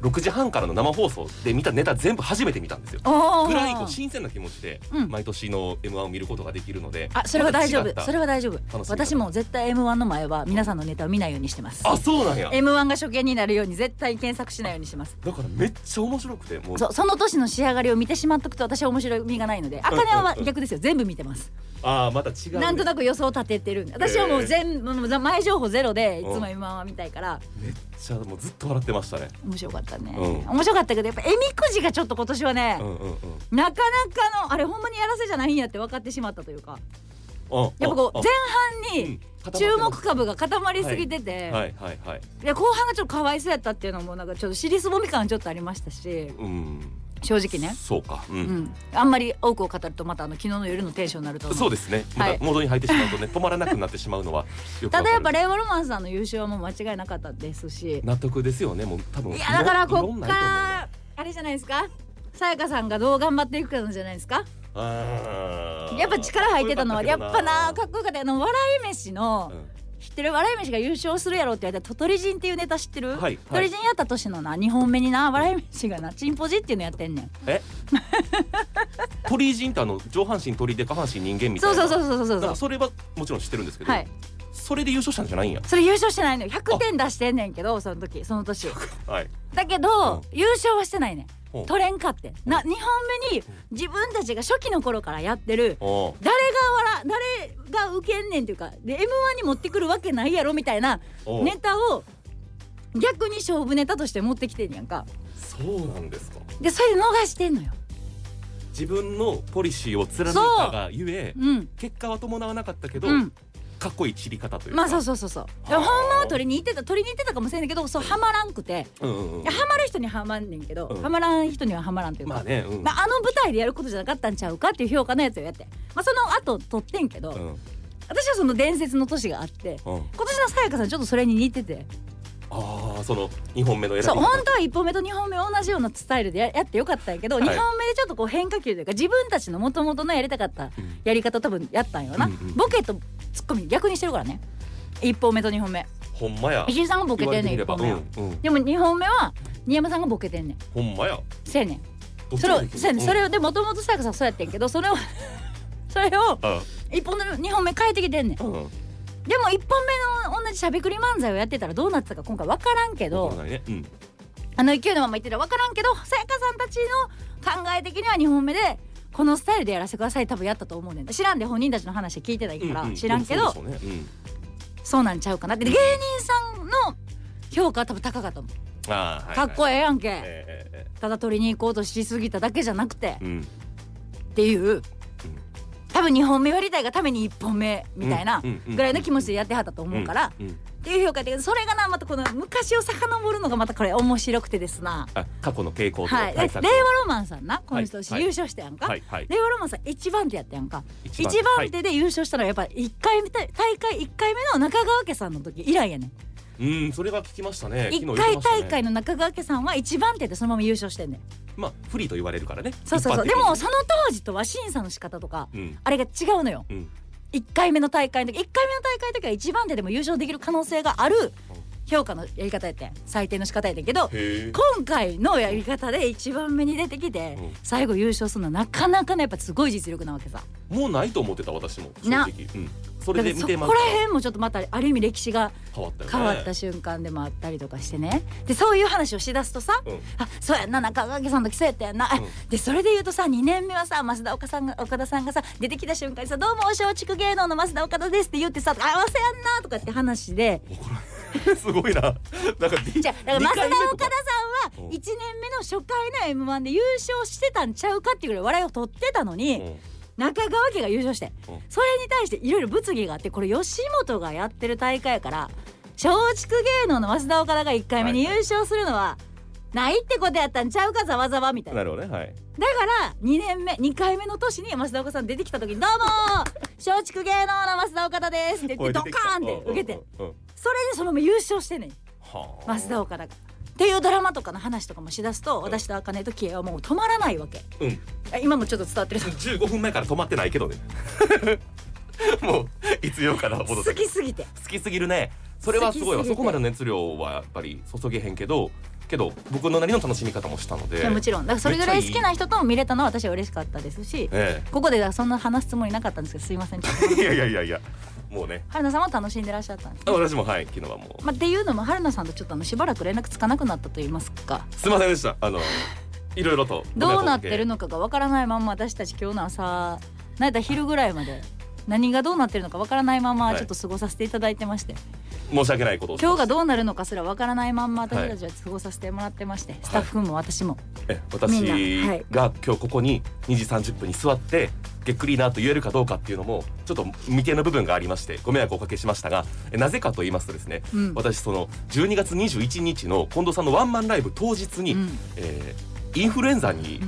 Speaker 4: 6時半からの生放送で見たネタ全部初めて見たんですよ
Speaker 3: おー
Speaker 4: ぐらいこう新鮮な気持ちで
Speaker 3: うん
Speaker 4: 毎年の m 1を見ることができるので、
Speaker 3: あそれは大丈
Speaker 4: また違っ
Speaker 3: 夫
Speaker 4: た
Speaker 3: それは大丈夫
Speaker 4: み方
Speaker 3: 私も絶対 m 1の前は皆さんのネタを見ないようにしてます
Speaker 4: あそうなんや
Speaker 3: m 1が初見になるように絶対検索しないようにしてます
Speaker 4: だからめっちゃ面白くてもう
Speaker 3: そうその年の仕上がりを見てしまっとくと私は面白みがないのであかねは
Speaker 4: うんうん
Speaker 3: 逆ですよ全部見てます
Speaker 4: あーまた違う
Speaker 3: なんとな
Speaker 4: く
Speaker 3: く予想立ててるんで私はもう全部、もう前情報ゼロでいつ
Speaker 4: う
Speaker 3: も
Speaker 4: ん
Speaker 3: m 1は見たいから
Speaker 4: じゃあもうずっと笑ってましたね
Speaker 3: 面白かったね、
Speaker 4: うん
Speaker 3: 面白かったけどやっぱえみくじがちょっと今年はね
Speaker 4: うん、うんうん
Speaker 3: なかなかのあれほんまにやらせじゃないんやって分かってしまったというか
Speaker 4: あ
Speaker 3: やっぱこう
Speaker 4: あ
Speaker 3: 前半
Speaker 4: う
Speaker 3: に
Speaker 4: ん固
Speaker 3: 注
Speaker 4: まってま
Speaker 3: 目
Speaker 4: す
Speaker 3: 株が固まりすぎて
Speaker 4: は
Speaker 3: て、
Speaker 4: いはいはい
Speaker 3: で後半がちょっとかわいそうやったっていうのもなんかちょっと尻すぼみ感ちょっとありましたし
Speaker 4: うん
Speaker 3: 正直ね、
Speaker 4: そうかう
Speaker 3: うんん、あんまり多くを語るとまたあの昨日の夜のテンションになると思う
Speaker 4: そうですねま
Speaker 3: はい
Speaker 4: たモードに入ってしまうとね止まらなくなってしまうのはよくわか
Speaker 3: た
Speaker 4: る
Speaker 3: だやっぱ令和ロマンスさんの優勝はもう間違いなかったですし
Speaker 4: 納得ですよねもう多分
Speaker 3: いやだから
Speaker 4: いろ
Speaker 3: こ
Speaker 4: ん
Speaker 3: っ
Speaker 4: な意図も
Speaker 3: からあれじゃないですかさやかさんがどう頑張っていくかなんじゃないですか
Speaker 4: あー
Speaker 3: やっぱ力入ってたのは
Speaker 4: か
Speaker 3: やっ
Speaker 4: こよ
Speaker 3: ぱなか
Speaker 4: っ
Speaker 3: っこよかったよあの笑い飯
Speaker 4: た
Speaker 3: の、
Speaker 4: けどな
Speaker 3: 知ってる笑い飯が優勝するやろって言われた「トトリ人」っていうネタ知ってる、
Speaker 4: はいはい
Speaker 3: トトリ人やった年のな2本目にな笑い飯がなチンポジっていうのやってんねん
Speaker 4: うん 鳥人ってあの上半身鳥で下半身人間みたい
Speaker 3: そう
Speaker 4: な
Speaker 3: そうそう
Speaker 4: う
Speaker 3: そうそう
Speaker 4: だか
Speaker 3: そ
Speaker 4: らそれ
Speaker 3: う
Speaker 4: はもちろん知ってるんですけど、
Speaker 3: はい
Speaker 4: それで優勝したんじゃないんや
Speaker 3: それ優勝してないのよ100点出してんねんけどその時その年
Speaker 4: はい
Speaker 3: だけど、
Speaker 4: うん
Speaker 3: 優勝はしてないね
Speaker 4: うん
Speaker 3: ん取れんかってんな2本目に自分たちが初期の頃からやってる
Speaker 4: お
Speaker 3: 誰が笑誰が受けんねんっていうかで m 1に持ってくるわけないやろみたいな
Speaker 4: お
Speaker 3: ネタを逆に勝負ネタとして持ってきてんやんか
Speaker 4: そうなんですか
Speaker 3: でそれで逃してんのよ
Speaker 4: 自分のポリシーを貫いたがゆえ
Speaker 3: うん
Speaker 4: 結果は伴わなかったけど、
Speaker 3: うん
Speaker 4: かっこいい散り方というか
Speaker 3: まあそうそうそうそうで
Speaker 4: あー
Speaker 3: ほんまは取りに行ってた取りに行ってたかもしれないけどそうハマらんくて
Speaker 4: うんうんうん
Speaker 3: ハマる人にはハマんねんけど、
Speaker 4: うん
Speaker 3: ハマらん人にはハマらんというか、
Speaker 4: まあねうん、
Speaker 3: まあ、あの舞台でやることじゃなかったんちゃうかっていう評価のやつをやって、まあ、その後撮ってんけど、
Speaker 4: うん
Speaker 3: 私はその伝説の年があっ
Speaker 4: う
Speaker 3: て
Speaker 4: ん、
Speaker 3: 今年のさやかさんちょっとそれに似てて
Speaker 4: ああその二本目の選び
Speaker 3: そう
Speaker 4: 方
Speaker 3: 本当は1本目と2本目同じようなスタイルでややってよかったんやけど、
Speaker 4: はい
Speaker 3: 2本目でちょっとこう変化球というか自分たちのもともとのやりたかった
Speaker 4: うん
Speaker 3: やり方を多分やったんよな、
Speaker 4: うんうん
Speaker 3: ボケとツッコミ逆にしてるからね1本目と2本目
Speaker 4: ほんまや
Speaker 3: 石井さんがボケてんねん
Speaker 4: 言
Speaker 3: 1
Speaker 4: わ
Speaker 3: 本
Speaker 4: れてみ
Speaker 3: 目
Speaker 4: れ
Speaker 3: は
Speaker 4: ば、うんうん、
Speaker 3: でも2本目は新山さんがボケてんねん
Speaker 4: ほんまや
Speaker 3: せやねん
Speaker 4: どっち
Speaker 3: それを
Speaker 4: ができる
Speaker 3: せやねんそれをでもともとさやかさんそうやってんけどそれを それを
Speaker 4: うんあ
Speaker 3: 1本目2本目変えてきてんねん
Speaker 4: うんわ
Speaker 3: でも1本目の同じしゃべくり漫才をやってたらどうなってたか今回分からんけ
Speaker 4: かん
Speaker 3: ど
Speaker 4: ないねうん
Speaker 3: あの勢いのまま言ってたら分からんけどさやかさんたちの考え的には2本目でこのスタイルでやらせてください多分やったと思うねん知らんで本人たちの話聞いてないか
Speaker 4: う
Speaker 3: ら
Speaker 4: う
Speaker 3: 知らんけど、
Speaker 4: そうでしょうね
Speaker 3: そうなんちゃうかなってで芸人さんの評価は多分高かったもん、
Speaker 4: うんあーはい
Speaker 3: かっこ
Speaker 4: いい
Speaker 3: ええやんけ、
Speaker 4: ええええ
Speaker 3: ただ取りに行こうとしすぎただけじゃなくて、
Speaker 4: ええうん
Speaker 3: っていう多分2本目やりたいがために1本目みたいな
Speaker 4: うんうんうん
Speaker 3: ぐらいの気持ちでやってはったと思うから、
Speaker 4: うんうん
Speaker 3: っていう評価でそれがなまたこの昔を遡るのがまたこれ面白くてですな。
Speaker 4: あ過去の傾向と
Speaker 3: はい、
Speaker 4: 対
Speaker 3: で令
Speaker 4: 策
Speaker 3: 和ロマンさんなこの人
Speaker 4: はい
Speaker 3: 優勝したやんか、
Speaker 4: はいはい
Speaker 3: 令和ロマンさん1番手やったやんか
Speaker 4: 一
Speaker 3: 1
Speaker 4: 番
Speaker 3: 番
Speaker 4: 手
Speaker 3: 手で優勝したのはやっぱ1回目大会1回目の中川家さんの時以来やねん
Speaker 4: うんそれは聞きましたね昨日
Speaker 3: 1
Speaker 4: 言って
Speaker 3: 回
Speaker 4: ましたね
Speaker 3: 大会の中川家さんは1番手でそのまま優勝してんねん
Speaker 4: まあ不利と言われるからね
Speaker 3: そうそうそう
Speaker 4: 一般
Speaker 3: で
Speaker 4: 的に
Speaker 3: もその当時とは審査の仕方とか
Speaker 4: うん
Speaker 3: あれが違うのよ
Speaker 4: うん
Speaker 3: 1回目の大会の時1回目の大会の時は1番手でも優勝できる可能性がある評価のやり方やってん採点の仕方やってんけど
Speaker 4: へえ
Speaker 3: 今回のやり方で1番目に出てきて
Speaker 4: うん
Speaker 3: 最後優勝するのはなかなかのやっぱすごい実力なわけさ
Speaker 4: もうないと思ってた私も正
Speaker 3: な
Speaker 4: 直うんそ
Speaker 3: だ
Speaker 4: れで
Speaker 3: から
Speaker 4: 見
Speaker 3: そ
Speaker 4: てま
Speaker 3: こ
Speaker 4: す
Speaker 3: ら辺もちょっとまたある意味歴史が
Speaker 4: 変わったよね
Speaker 3: 変わった瞬間でもあったりとかしてねでそういう話をしだすとさ
Speaker 4: うん
Speaker 3: あそうやんな中川家さんの時そうやったやんな、
Speaker 4: うん
Speaker 3: でそれで言うとさ2年目はさ増田岡さんが岡田さんがさ出てきた瞬間にさ「どうも松竹芸能の増田岡田です」って言ってさ「合わせやんな」とかって話で
Speaker 4: すごいななん かり
Speaker 3: じゃあ
Speaker 4: 理解
Speaker 3: だから増田
Speaker 4: 力
Speaker 3: 岡田さ
Speaker 4: う
Speaker 3: ん
Speaker 4: ん
Speaker 3: は1年目の初回の m 1で優勝してたんちゃうかっていうぐらい笑いを取ってたのに、
Speaker 4: うん
Speaker 3: 中川家が優勝して、
Speaker 4: うん
Speaker 3: それに対していろいろ物議があってこれ吉本がやってる大会やから松竹芸能の増田岡田が1回目に
Speaker 4: はい
Speaker 3: 優勝するのはないってことやったんちゃうかざわざわみたいな
Speaker 4: なるほどねはい
Speaker 3: だから2年目2回目の年に増田岡さん出てきた時に「どうも松竹芸能の増田岡田です」って言ってドカーンって受けて
Speaker 4: うんうんうん
Speaker 3: それでそのまま優勝してんねん
Speaker 4: はあ
Speaker 3: 増田岡田が。っていうドラマとかの話とかもしだすと私と茜とキエはもう止まらないわけ
Speaker 4: うん
Speaker 3: あ今もちょっと伝わってる
Speaker 4: 15分前から止まってないけどね もういつようかな戻っ
Speaker 3: 好
Speaker 4: て
Speaker 3: きすぎて
Speaker 4: 好きすぎるねそれはすごい
Speaker 3: 好きすぎ
Speaker 4: わ
Speaker 3: て
Speaker 4: そこまでの熱量はやっぱり注げへんけどけど僕のなりの楽しみ方もしたので
Speaker 3: いやもちろんだからそれぐらい好きな人とも見れたのは私は嬉しかったですし
Speaker 4: え
Speaker 3: ここではそんな話すつもりなかったんですけどすいませんちょっと
Speaker 4: え いやいやいやいやもうね
Speaker 3: 春菜さんは楽しんでらっしゃったんです
Speaker 4: あ私もはい昨日はも
Speaker 3: まあ、っていうのも春菜さんとちょっとあのしばらく連絡つかなくなったと言いますか
Speaker 4: うすいませんでしたあのいろいろと
Speaker 3: どうなってる
Speaker 4: の
Speaker 3: のかがわからないまんま私たち今日の朝何やったら昼ぐらいまで何がどうなってるのかわからないまま
Speaker 4: はい
Speaker 3: ちょっと過ごさせていただいてまして、
Speaker 4: 申し訳ないことをしまし
Speaker 3: 今日がどうなるのかすらわからないまんま私たちは過ごさせてもらってまして、スタッフも私も、
Speaker 4: たええ
Speaker 3: みんなはい
Speaker 4: 私が今日ここに2時30分に座ってげっくりなと言えるかどうかっていうのもちょっと未定の部分がありましてご迷惑をおかけしましたがえなぜかと言いますとですね、
Speaker 3: うん
Speaker 4: 私その12月21日の近藤さんのワンマンライブ当日に、
Speaker 3: うん
Speaker 4: えーインフルエンザに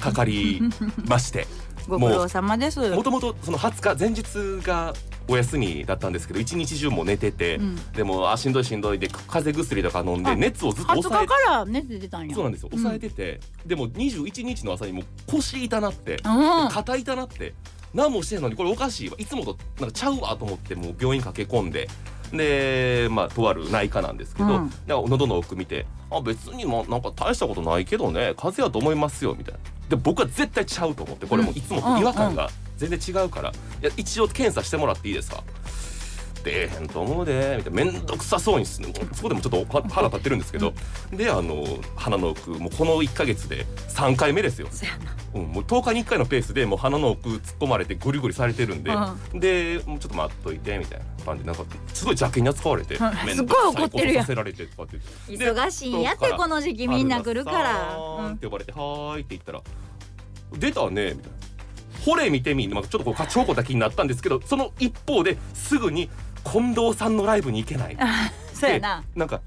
Speaker 4: かかりまして
Speaker 3: ご苦労様です。
Speaker 4: もともとその20日前日がお休みだったんですけど一日中もう寝てて、
Speaker 3: うん
Speaker 4: でもあしんどいしんどいで風邪薬とか飲ん
Speaker 3: あ
Speaker 4: で熱をずっと
Speaker 3: 20
Speaker 4: 抑
Speaker 3: 日
Speaker 4: え
Speaker 3: から熱出てたんや。
Speaker 4: そうなんですよ
Speaker 3: うん
Speaker 4: 抑えてて、でも21日の朝にもう腰痛なって、
Speaker 3: うん
Speaker 4: 肩痛なって何もしてんのにこれおかしいわいつもとなんかちゃうわと思ってもう病院駆け込んででまあとある内科なんですけど、
Speaker 3: うん
Speaker 4: で喉の奥見て「あ別にもなんか大したことないけどね風邪やと思いますよ」みたいな。で僕は絶対ちゃうと思ってこれもういつもと違和感が全然違うから「いや一応検査してもらっていいですか?」出えへんと思うでみたいな面倒くさそうにすんのそこでもちょっとは腹立ってるんですけど、であの鼻の奥もうこの1か月で3回目ですよ、
Speaker 3: そうやな
Speaker 4: うん、もう10日に1回のペースでもう鼻の奥突っ込まれてゴリゴリされてるんで、
Speaker 3: う
Speaker 4: でもうちょっと待っといてみたいな感じでなんかすごい邪険に扱われて、
Speaker 3: うん
Speaker 4: 面倒くさ
Speaker 3: すごい怒ってるや
Speaker 4: こ
Speaker 3: ん
Speaker 4: とさせられてとかって言ってで
Speaker 3: 忙しいんやっ
Speaker 4: 遠く
Speaker 3: て
Speaker 4: から
Speaker 3: この時期みんな来るか
Speaker 4: あ
Speaker 3: ら。
Speaker 4: のさー
Speaker 3: うん
Speaker 4: っ
Speaker 3: ん
Speaker 4: て呼ばれて「はーい」って言ったら「出たね」みたいな「ほれ見てみ」まあちょっとこう勝ち誇った気になったんですけどその一方ですぐに近藤さんのライブに行けない
Speaker 3: そうやな。
Speaker 4: でなんか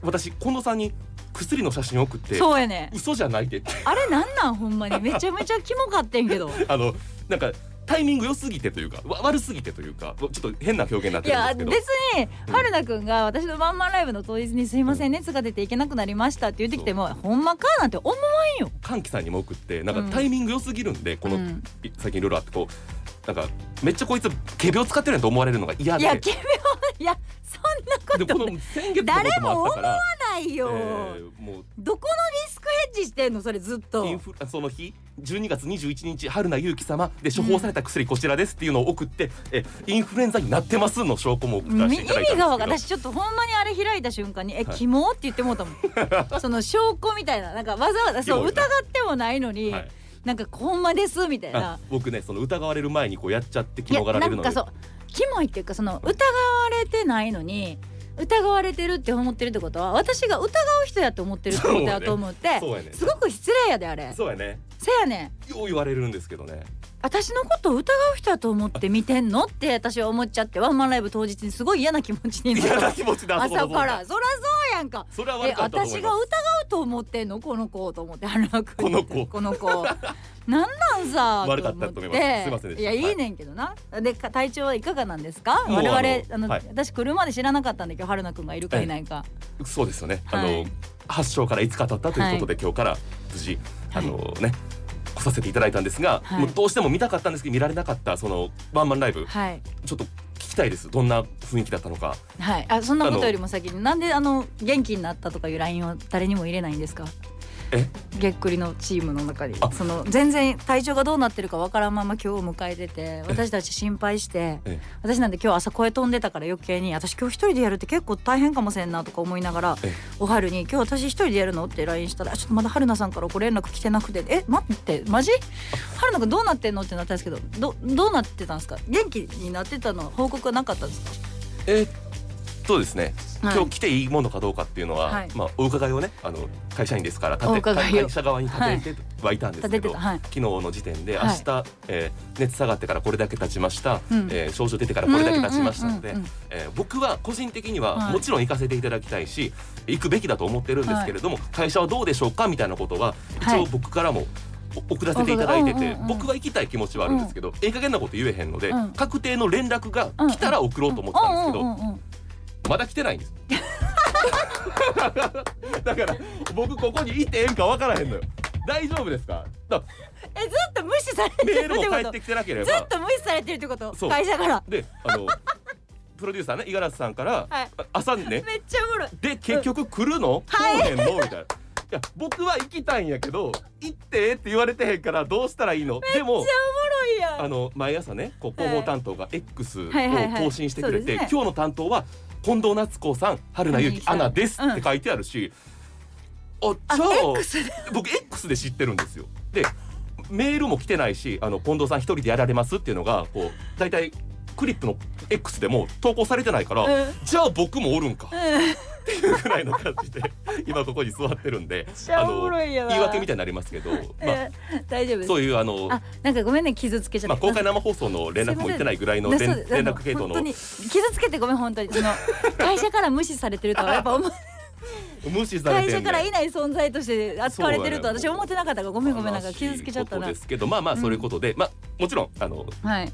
Speaker 4: 私近藤さんに薬の写真を送って
Speaker 3: そうやね。
Speaker 4: 嘘じゃないで
Speaker 3: あれなんなんほんまにめちゃめちゃキモかってんけど。
Speaker 4: あのなんかタイミング良すぎてというかわ悪すぎてというかちょっと変な表現になっ
Speaker 3: い
Speaker 4: てるんで
Speaker 3: や
Speaker 4: すけど
Speaker 3: 別に春菜くんが私のワンマンライブの当日に「すいません熱が出ていけなくなりました」って言ってきても「ほんまか?」なんて思わんよ。
Speaker 4: 歓喜さんにも送ってなん
Speaker 3: うん
Speaker 4: かタイミング良すぎるんでこの
Speaker 3: うん
Speaker 4: い最近いろいろあってこうなんかめっちゃこいつ仮病使ってるやんと思われるのが嫌
Speaker 3: い
Speaker 4: で
Speaker 3: や奇妙いやそんなこ
Speaker 4: で
Speaker 3: と
Speaker 4: この
Speaker 3: も
Speaker 4: 先月のこともあったから
Speaker 3: ないよ。
Speaker 4: えーもう
Speaker 3: どこのリスクヘッジしてんのそれずっと。
Speaker 4: インフルその日12月21日春名優紀様で処方された薬こちらですっていうのを送って、えインフルエンザになってますの証拠も送
Speaker 3: 意
Speaker 4: らせていただいた
Speaker 3: 味
Speaker 4: んですけ
Speaker 3: が
Speaker 4: ど
Speaker 3: 分か私ちょっとほんまにあれ開いた瞬間に「え
Speaker 4: はい
Speaker 3: キモ?」って言ってもうたもん その証拠みたいななんかわざわざ
Speaker 4: キモい
Speaker 3: そう
Speaker 4: な
Speaker 3: 疑ってもないのに、
Speaker 4: はい
Speaker 3: なんか「ほんまです」みたいな
Speaker 4: あ。僕ねその疑われる前にこうやっちゃって
Speaker 3: い
Speaker 4: 気
Speaker 3: や
Speaker 4: もがら
Speaker 3: な
Speaker 4: れる
Speaker 3: ん
Speaker 4: の
Speaker 3: か
Speaker 4: で
Speaker 3: そうキモいっていうかその疑われてないのに疑われてるって思ってるってことは私が疑う人やと思ってるってことやと思って、
Speaker 4: そうやね
Speaker 3: すごく失礼やであれ
Speaker 4: そうやね
Speaker 3: せやねん
Speaker 4: よう言われるんですけどね
Speaker 3: 私のことを疑う人やと思って見てんのって私は思っちゃってワンマンライブ当日にすごい嫌な気持ちにな
Speaker 4: 嫌
Speaker 3: る
Speaker 4: な気持ちだ
Speaker 3: 朝からそらそうやんか
Speaker 4: それは
Speaker 3: え
Speaker 4: 悪かったと思
Speaker 3: 私
Speaker 4: い
Speaker 3: が
Speaker 4: ま
Speaker 3: 疑うと思ってんのこの子と思ってあの
Speaker 4: この子
Speaker 3: この子なんなんさ
Speaker 4: 悪かったと思いますすいませんでした
Speaker 3: や
Speaker 4: はい
Speaker 3: いいねんけどな、でか体調はいかがなんですか
Speaker 4: もう
Speaker 3: 我々あ
Speaker 4: あの
Speaker 3: の、
Speaker 4: はい
Speaker 3: 私車で知らなかったんだけど春菜くんがいるかいないか、
Speaker 4: すそうですよね、
Speaker 3: は
Speaker 4: あ
Speaker 3: い
Speaker 4: の発症から5日経ったということで、今日から無事あのね来させていただいたんですが、
Speaker 3: はい
Speaker 4: もうどうしても見たかったんですけど見られなかったそのワンマンライブ、
Speaker 3: はい
Speaker 4: ちょっと聞きたいですどんな雰囲気だったのか
Speaker 3: はいあそんなことよりも先になんであの元気になったとかいうラインを誰にも入れないんですか
Speaker 4: え
Speaker 3: げっくりのチームの中に
Speaker 4: あ
Speaker 3: その全然体調がどうなってるかわからんまま今日を迎えてて私たち心配して
Speaker 4: え
Speaker 3: 私なんて今日朝声飛んでたから余計に私今日一人でやるって結構大変かもしれんなとか思いながら
Speaker 4: え
Speaker 3: おはるに「今日私一人でやるの?」って LINE したら「あちょっとまだ春菜さんからご連絡来てなくてえ待ってマジ春菜くんどうなってんの?」ってなったんですけどどどうなってたんですか元気になってたの報告はなかったんですか
Speaker 4: えーっとですね、
Speaker 3: はい
Speaker 4: 今日来ていいものかどうかっていうのは、
Speaker 3: はい
Speaker 4: まあ、お伺いをねあの会社員ですから立
Speaker 3: お
Speaker 4: て
Speaker 3: 伺いを
Speaker 4: 会社側に立ててはいたんですけ
Speaker 3: 立
Speaker 4: ど、
Speaker 3: ててたはい
Speaker 4: 昨日の時点で
Speaker 3: はい
Speaker 4: 明日、えー熱下がってからこれだけ経ちました、
Speaker 3: うん
Speaker 4: えー症状出てからこれだけ経ちましたの
Speaker 3: う
Speaker 4: で
Speaker 3: んうんうんうん
Speaker 4: えー僕は個人的に
Speaker 3: は
Speaker 4: はいもちろん行かせていただきたいし、行くべきだと思ってるんですけれども、会社はどうでしょうかみたいなことは一
Speaker 3: はい
Speaker 4: 応僕からも、お送らせていただいて
Speaker 3: うんうん
Speaker 4: て
Speaker 3: うんうん
Speaker 4: 僕は行きたい気持ちはあるんですけど、ええ加減なこと言えへんので、
Speaker 3: うん
Speaker 4: 確定の連絡が来たら送ろうと思ったんですけど、
Speaker 3: うんうんうんうん
Speaker 4: まだ来てないんです。 だから僕ここにいてええんかわからへんのよ。大丈夫ですか？だ
Speaker 3: えずっと無視されて
Speaker 4: メ
Speaker 3: る
Speaker 4: ー
Speaker 3: って
Speaker 4: ルも
Speaker 3: こ
Speaker 4: 返っ
Speaker 3: と
Speaker 4: てきてなけれ
Speaker 3: ずっ
Speaker 4: ば。
Speaker 3: と無視されてるってこと
Speaker 4: そう
Speaker 3: 会社から
Speaker 4: で、あのプロデューサーね五十嵐さんから、
Speaker 3: はい
Speaker 4: 朝 ね
Speaker 3: めっちゃおもろい
Speaker 4: で結局来るの、来おへんのみたいな。いや僕は行きたいんやけど行ってって言われてへんからどうしたらいいのでも
Speaker 3: めっちゃおもろいやん
Speaker 4: あの毎朝ねこう広報担当が X を
Speaker 3: はいはいはい
Speaker 4: 更新してくれて、
Speaker 3: そうですね
Speaker 4: 今日の担当は近藤夏子さん春名由紀アナです
Speaker 3: うん
Speaker 4: って書いてあるし、あ
Speaker 3: あ
Speaker 4: じゃあ
Speaker 3: X
Speaker 4: 僕 X で知ってるんですよ。でメールも来てないしあの近藤さん一人でやられますっていうのがこう大体クリップの X でも投稿されてないから、
Speaker 3: うん
Speaker 4: じゃあ僕もおるんか。
Speaker 3: うん
Speaker 4: っていうぐらいの感じで 今ここに座ってるんで
Speaker 3: ちゃおもろいやな
Speaker 4: 言い訳みたいになりますけど、まあ、
Speaker 3: 大丈夫です
Speaker 4: そういうあの
Speaker 3: あなんかごめんね傷つけちゃ
Speaker 4: ま
Speaker 3: っ
Speaker 4: あ、
Speaker 3: た、
Speaker 4: 公開生放送の連絡も行ってないぐらいの
Speaker 3: だ
Speaker 4: 連
Speaker 3: そうです
Speaker 4: 連
Speaker 3: あの
Speaker 4: 絡系統
Speaker 3: 本当
Speaker 4: の
Speaker 3: に傷つけてごめん本当にその会社から無視されてるとはやっ ぱ思う
Speaker 4: 無視され
Speaker 3: 会
Speaker 4: て
Speaker 3: 社
Speaker 4: ん
Speaker 3: から
Speaker 4: ね
Speaker 3: いない存在として扱われてると
Speaker 4: そうだよ
Speaker 3: 私は思ってなかったからごめんごめんなんか
Speaker 4: 悲しい
Speaker 3: 傷つけちゃった
Speaker 4: こ
Speaker 3: な
Speaker 4: とですけどまあまあそういうことで、まあもちろんあの
Speaker 3: はい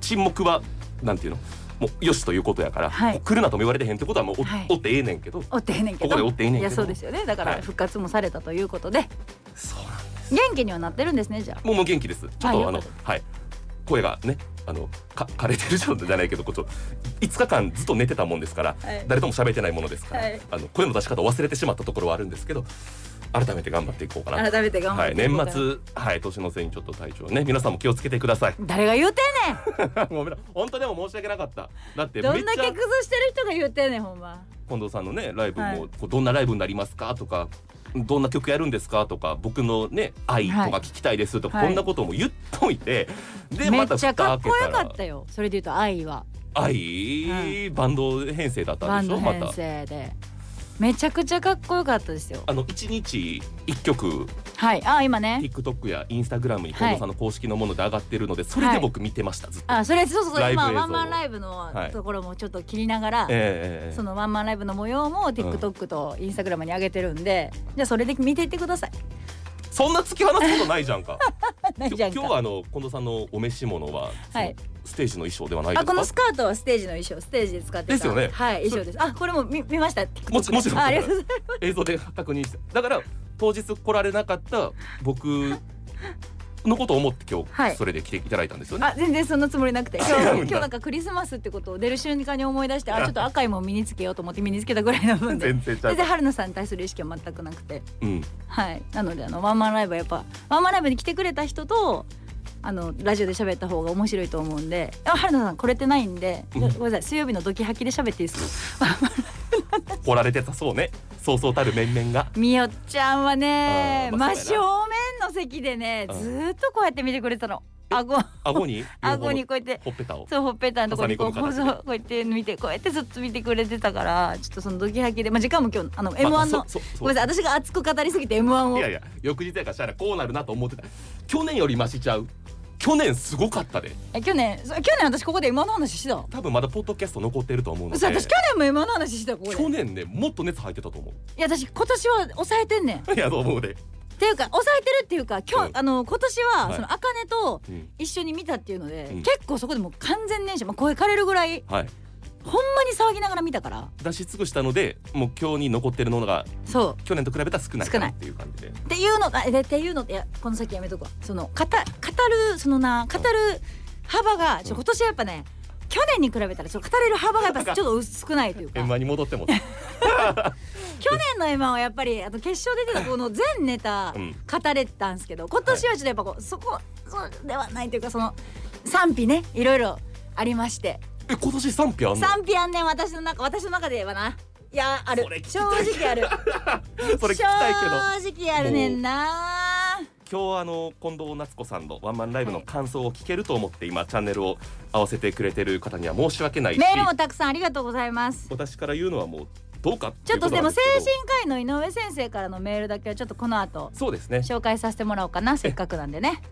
Speaker 4: 沈黙はなんていうのもうよしということやから、
Speaker 3: はい
Speaker 4: もう来るなとも言われてへんってことはもうお,、
Speaker 3: はい
Speaker 4: ってええねんけど
Speaker 3: おってええねんけ
Speaker 4: こ
Speaker 3: ど
Speaker 4: こでおってええねんけど
Speaker 3: やそうですよねだか
Speaker 4: は
Speaker 3: ら
Speaker 4: い
Speaker 3: 復活もされたということで
Speaker 4: そうなんです
Speaker 3: 元気にはなってるんですねじゃあ
Speaker 4: もうもう元気ですちょっ
Speaker 3: あ
Speaker 4: とあの
Speaker 3: よかっ
Speaker 4: はい声がねあのか枯れてる状態じゃないけどこうちょっと5日間ずっと寝てたもんですから、
Speaker 3: はい
Speaker 4: 誰とも喋ってないものですから、
Speaker 3: はい
Speaker 4: あの声の出し方を忘れてしまったところはあるんですけど改めて頑張っていこうかなと
Speaker 3: 改めて頑張
Speaker 4: は
Speaker 3: って
Speaker 4: い、
Speaker 3: いこ
Speaker 4: 年
Speaker 3: うかな
Speaker 4: 末、はい、年の瀬にちょっと体調ね、皆さんも気をつけてください。
Speaker 3: 誰が言うてんねん
Speaker 4: ごめんな、本当でも申し訳なかった。だって、め
Speaker 3: ど
Speaker 4: っ
Speaker 3: んだ
Speaker 4: ち
Speaker 3: け
Speaker 4: ゃ
Speaker 3: 崩してる人が言うてんねんほんま
Speaker 4: 近藤さんのね、ライブも、
Speaker 3: はい
Speaker 4: こうどんなライブになりますかとか。どんな曲やるんですかとか、僕のね、愛とか
Speaker 3: はい
Speaker 4: 聞きたいですとか、
Speaker 3: はい
Speaker 4: こんなことも言っといて。で、
Speaker 3: め
Speaker 4: ま
Speaker 3: ったちゃ
Speaker 4: 蓋
Speaker 3: か
Speaker 4: 開
Speaker 3: っ
Speaker 4: け
Speaker 3: こ
Speaker 4: た
Speaker 3: よからっ。たよそれで言うと愛は
Speaker 4: 愛、バンド編成だった
Speaker 3: バ
Speaker 4: ん
Speaker 3: ン
Speaker 4: でし
Speaker 3: ド
Speaker 4: ょまた
Speaker 3: 編。成でめちゃくちゃかっこよかったですよ
Speaker 4: あの一日一曲
Speaker 3: はいあ今ね
Speaker 4: TikTok や Instagram に近藤さんの公式のもので上がってるので、それで僕見てましたずっと。
Speaker 3: あそれそうそうそう
Speaker 4: ライブ映
Speaker 3: 今
Speaker 4: 像
Speaker 3: ワンマンライブの
Speaker 4: はい
Speaker 3: ところもちょっと切りながら、
Speaker 4: ええええええ
Speaker 3: そのワンマンライブの模様も TikTok と Instagram に上げてるんで、じゃあそれで見ていってください。
Speaker 4: そんな突き放すことないじゃんか。
Speaker 3: ない
Speaker 4: 今
Speaker 3: じゃ
Speaker 4: 日
Speaker 3: んか
Speaker 4: 今日はあの近藤さんのお召し物は、
Speaker 3: はい
Speaker 4: そのステージの衣装ではないです
Speaker 3: あ
Speaker 4: か。
Speaker 3: このスカートはステージの衣装ステージで使ってた
Speaker 4: ですよね
Speaker 3: はい衣装ですあこれも見見ました TikTok
Speaker 4: もちもちろん
Speaker 3: あありがとうござい
Speaker 4: 映像で確認して、だから当日来られなかった僕のことを思って今
Speaker 3: はい
Speaker 4: 日それで来ていただいたんですよね。
Speaker 3: ますあ全然そんなつも りなくて今日
Speaker 4: 違うんだ
Speaker 3: 今日なんかクリスマスってことを出る瞬間に思い出してあちょっと赤いもん身につけようと思って身につけたぐらいなも んで
Speaker 4: 全然ちゃう
Speaker 3: 全然。春菜さんに対する意識は全くなくて
Speaker 4: うん。
Speaker 3: はいなのであのワンマンライブはやっぱワンマンライブに来てくれた人とあのラジオで喋った方が面白いと思うんであ春菜さんこれてないんで、
Speaker 4: うん
Speaker 3: ごめんなさい水曜日のドキハキで喋っていいですか
Speaker 4: 来られてたそうね。そうそうたる面々 が。
Speaker 3: みよちゃんはね
Speaker 4: あーまあ
Speaker 3: 真
Speaker 4: そう
Speaker 3: 正
Speaker 4: や
Speaker 3: 面
Speaker 4: な
Speaker 3: の席でね
Speaker 4: うん
Speaker 3: ずーっとこうやって見てくれてたの顎
Speaker 4: 顎に
Speaker 3: 顎にこうやって
Speaker 4: ほっぺたを。
Speaker 3: そうほっぺたのとこにこう
Speaker 4: 挟み込む
Speaker 3: そう
Speaker 4: 形で
Speaker 3: こうやって見てこうやってずっと見てくれてたからちょっとそのドキハキでまあ時間も今日あの M1 の、
Speaker 4: まあそそ
Speaker 3: ごめんなさい私が熱く語りすぎて M1 を
Speaker 4: いやいや翌日やからしたらこうなるなと思ってた。去年よりマシちゃう。去年すごかったで。
Speaker 3: え去年そう去年私ここで M1 の話してた
Speaker 4: 多分まだポッドキャスト残ってると思うので。
Speaker 3: そう私去年も M1 の話してたここで
Speaker 4: 去年ねもっと熱入ってたと思
Speaker 3: いや私今年は抑えてんねん。っ
Speaker 4: う。いやと思うで。
Speaker 3: ていうか抑えてるっていうか今日、
Speaker 4: うん
Speaker 3: あの今年
Speaker 4: は
Speaker 3: はいその茜と
Speaker 4: うん
Speaker 3: 一緒に見たっていうので、
Speaker 4: うん
Speaker 3: 結構そこでもう完全燃焼、まあ、声枯れるぐらい
Speaker 4: はい。
Speaker 3: ほんまに騒ぎながら見たから
Speaker 4: 出し尽くしたのでもう今日に残ってるのが
Speaker 3: そ
Speaker 4: 去年と比べたら少ない
Speaker 3: 少
Speaker 4: か
Speaker 3: な
Speaker 4: ないっていう感じで
Speaker 3: うっていうのあでっていうのっていやこの先やめとくわその語語るそのな語る幅がちょ
Speaker 4: うん
Speaker 3: 今年はやっぱね去年に比べたらちょっと語れる幅がやっぱちょっと薄くないというか
Speaker 4: 円
Speaker 3: 去
Speaker 4: 満に戻っても
Speaker 3: 年の M−1 はやっぱりあと決勝で出たこの全ネタ
Speaker 4: うん
Speaker 3: 語れてたんですけど今年はちょっとやっぱこうそこそうではないというかその賛否ねいろいろありまして
Speaker 4: え今年賛否あんの
Speaker 3: 賛否あんねん私の中私の中ではないやある
Speaker 4: それ聞き
Speaker 3: 正
Speaker 4: たい
Speaker 3: 直ある
Speaker 4: それ聞きたいけど
Speaker 3: 正直あるねんな
Speaker 4: 今日あの近藤夏子さんのワンマンライブの感想を聞けると思って今チャンネルを合わせてくれてる方には申し訳ないし
Speaker 3: メールもたくさんありがとうございます
Speaker 4: 私から言うのはもうどうか
Speaker 3: ちょっとでも精神
Speaker 4: 神
Speaker 3: 科医の井上先生からのメールだけはちょっとこの後
Speaker 4: そうですね
Speaker 3: 紹介させてもらおうかなせっかくなんでね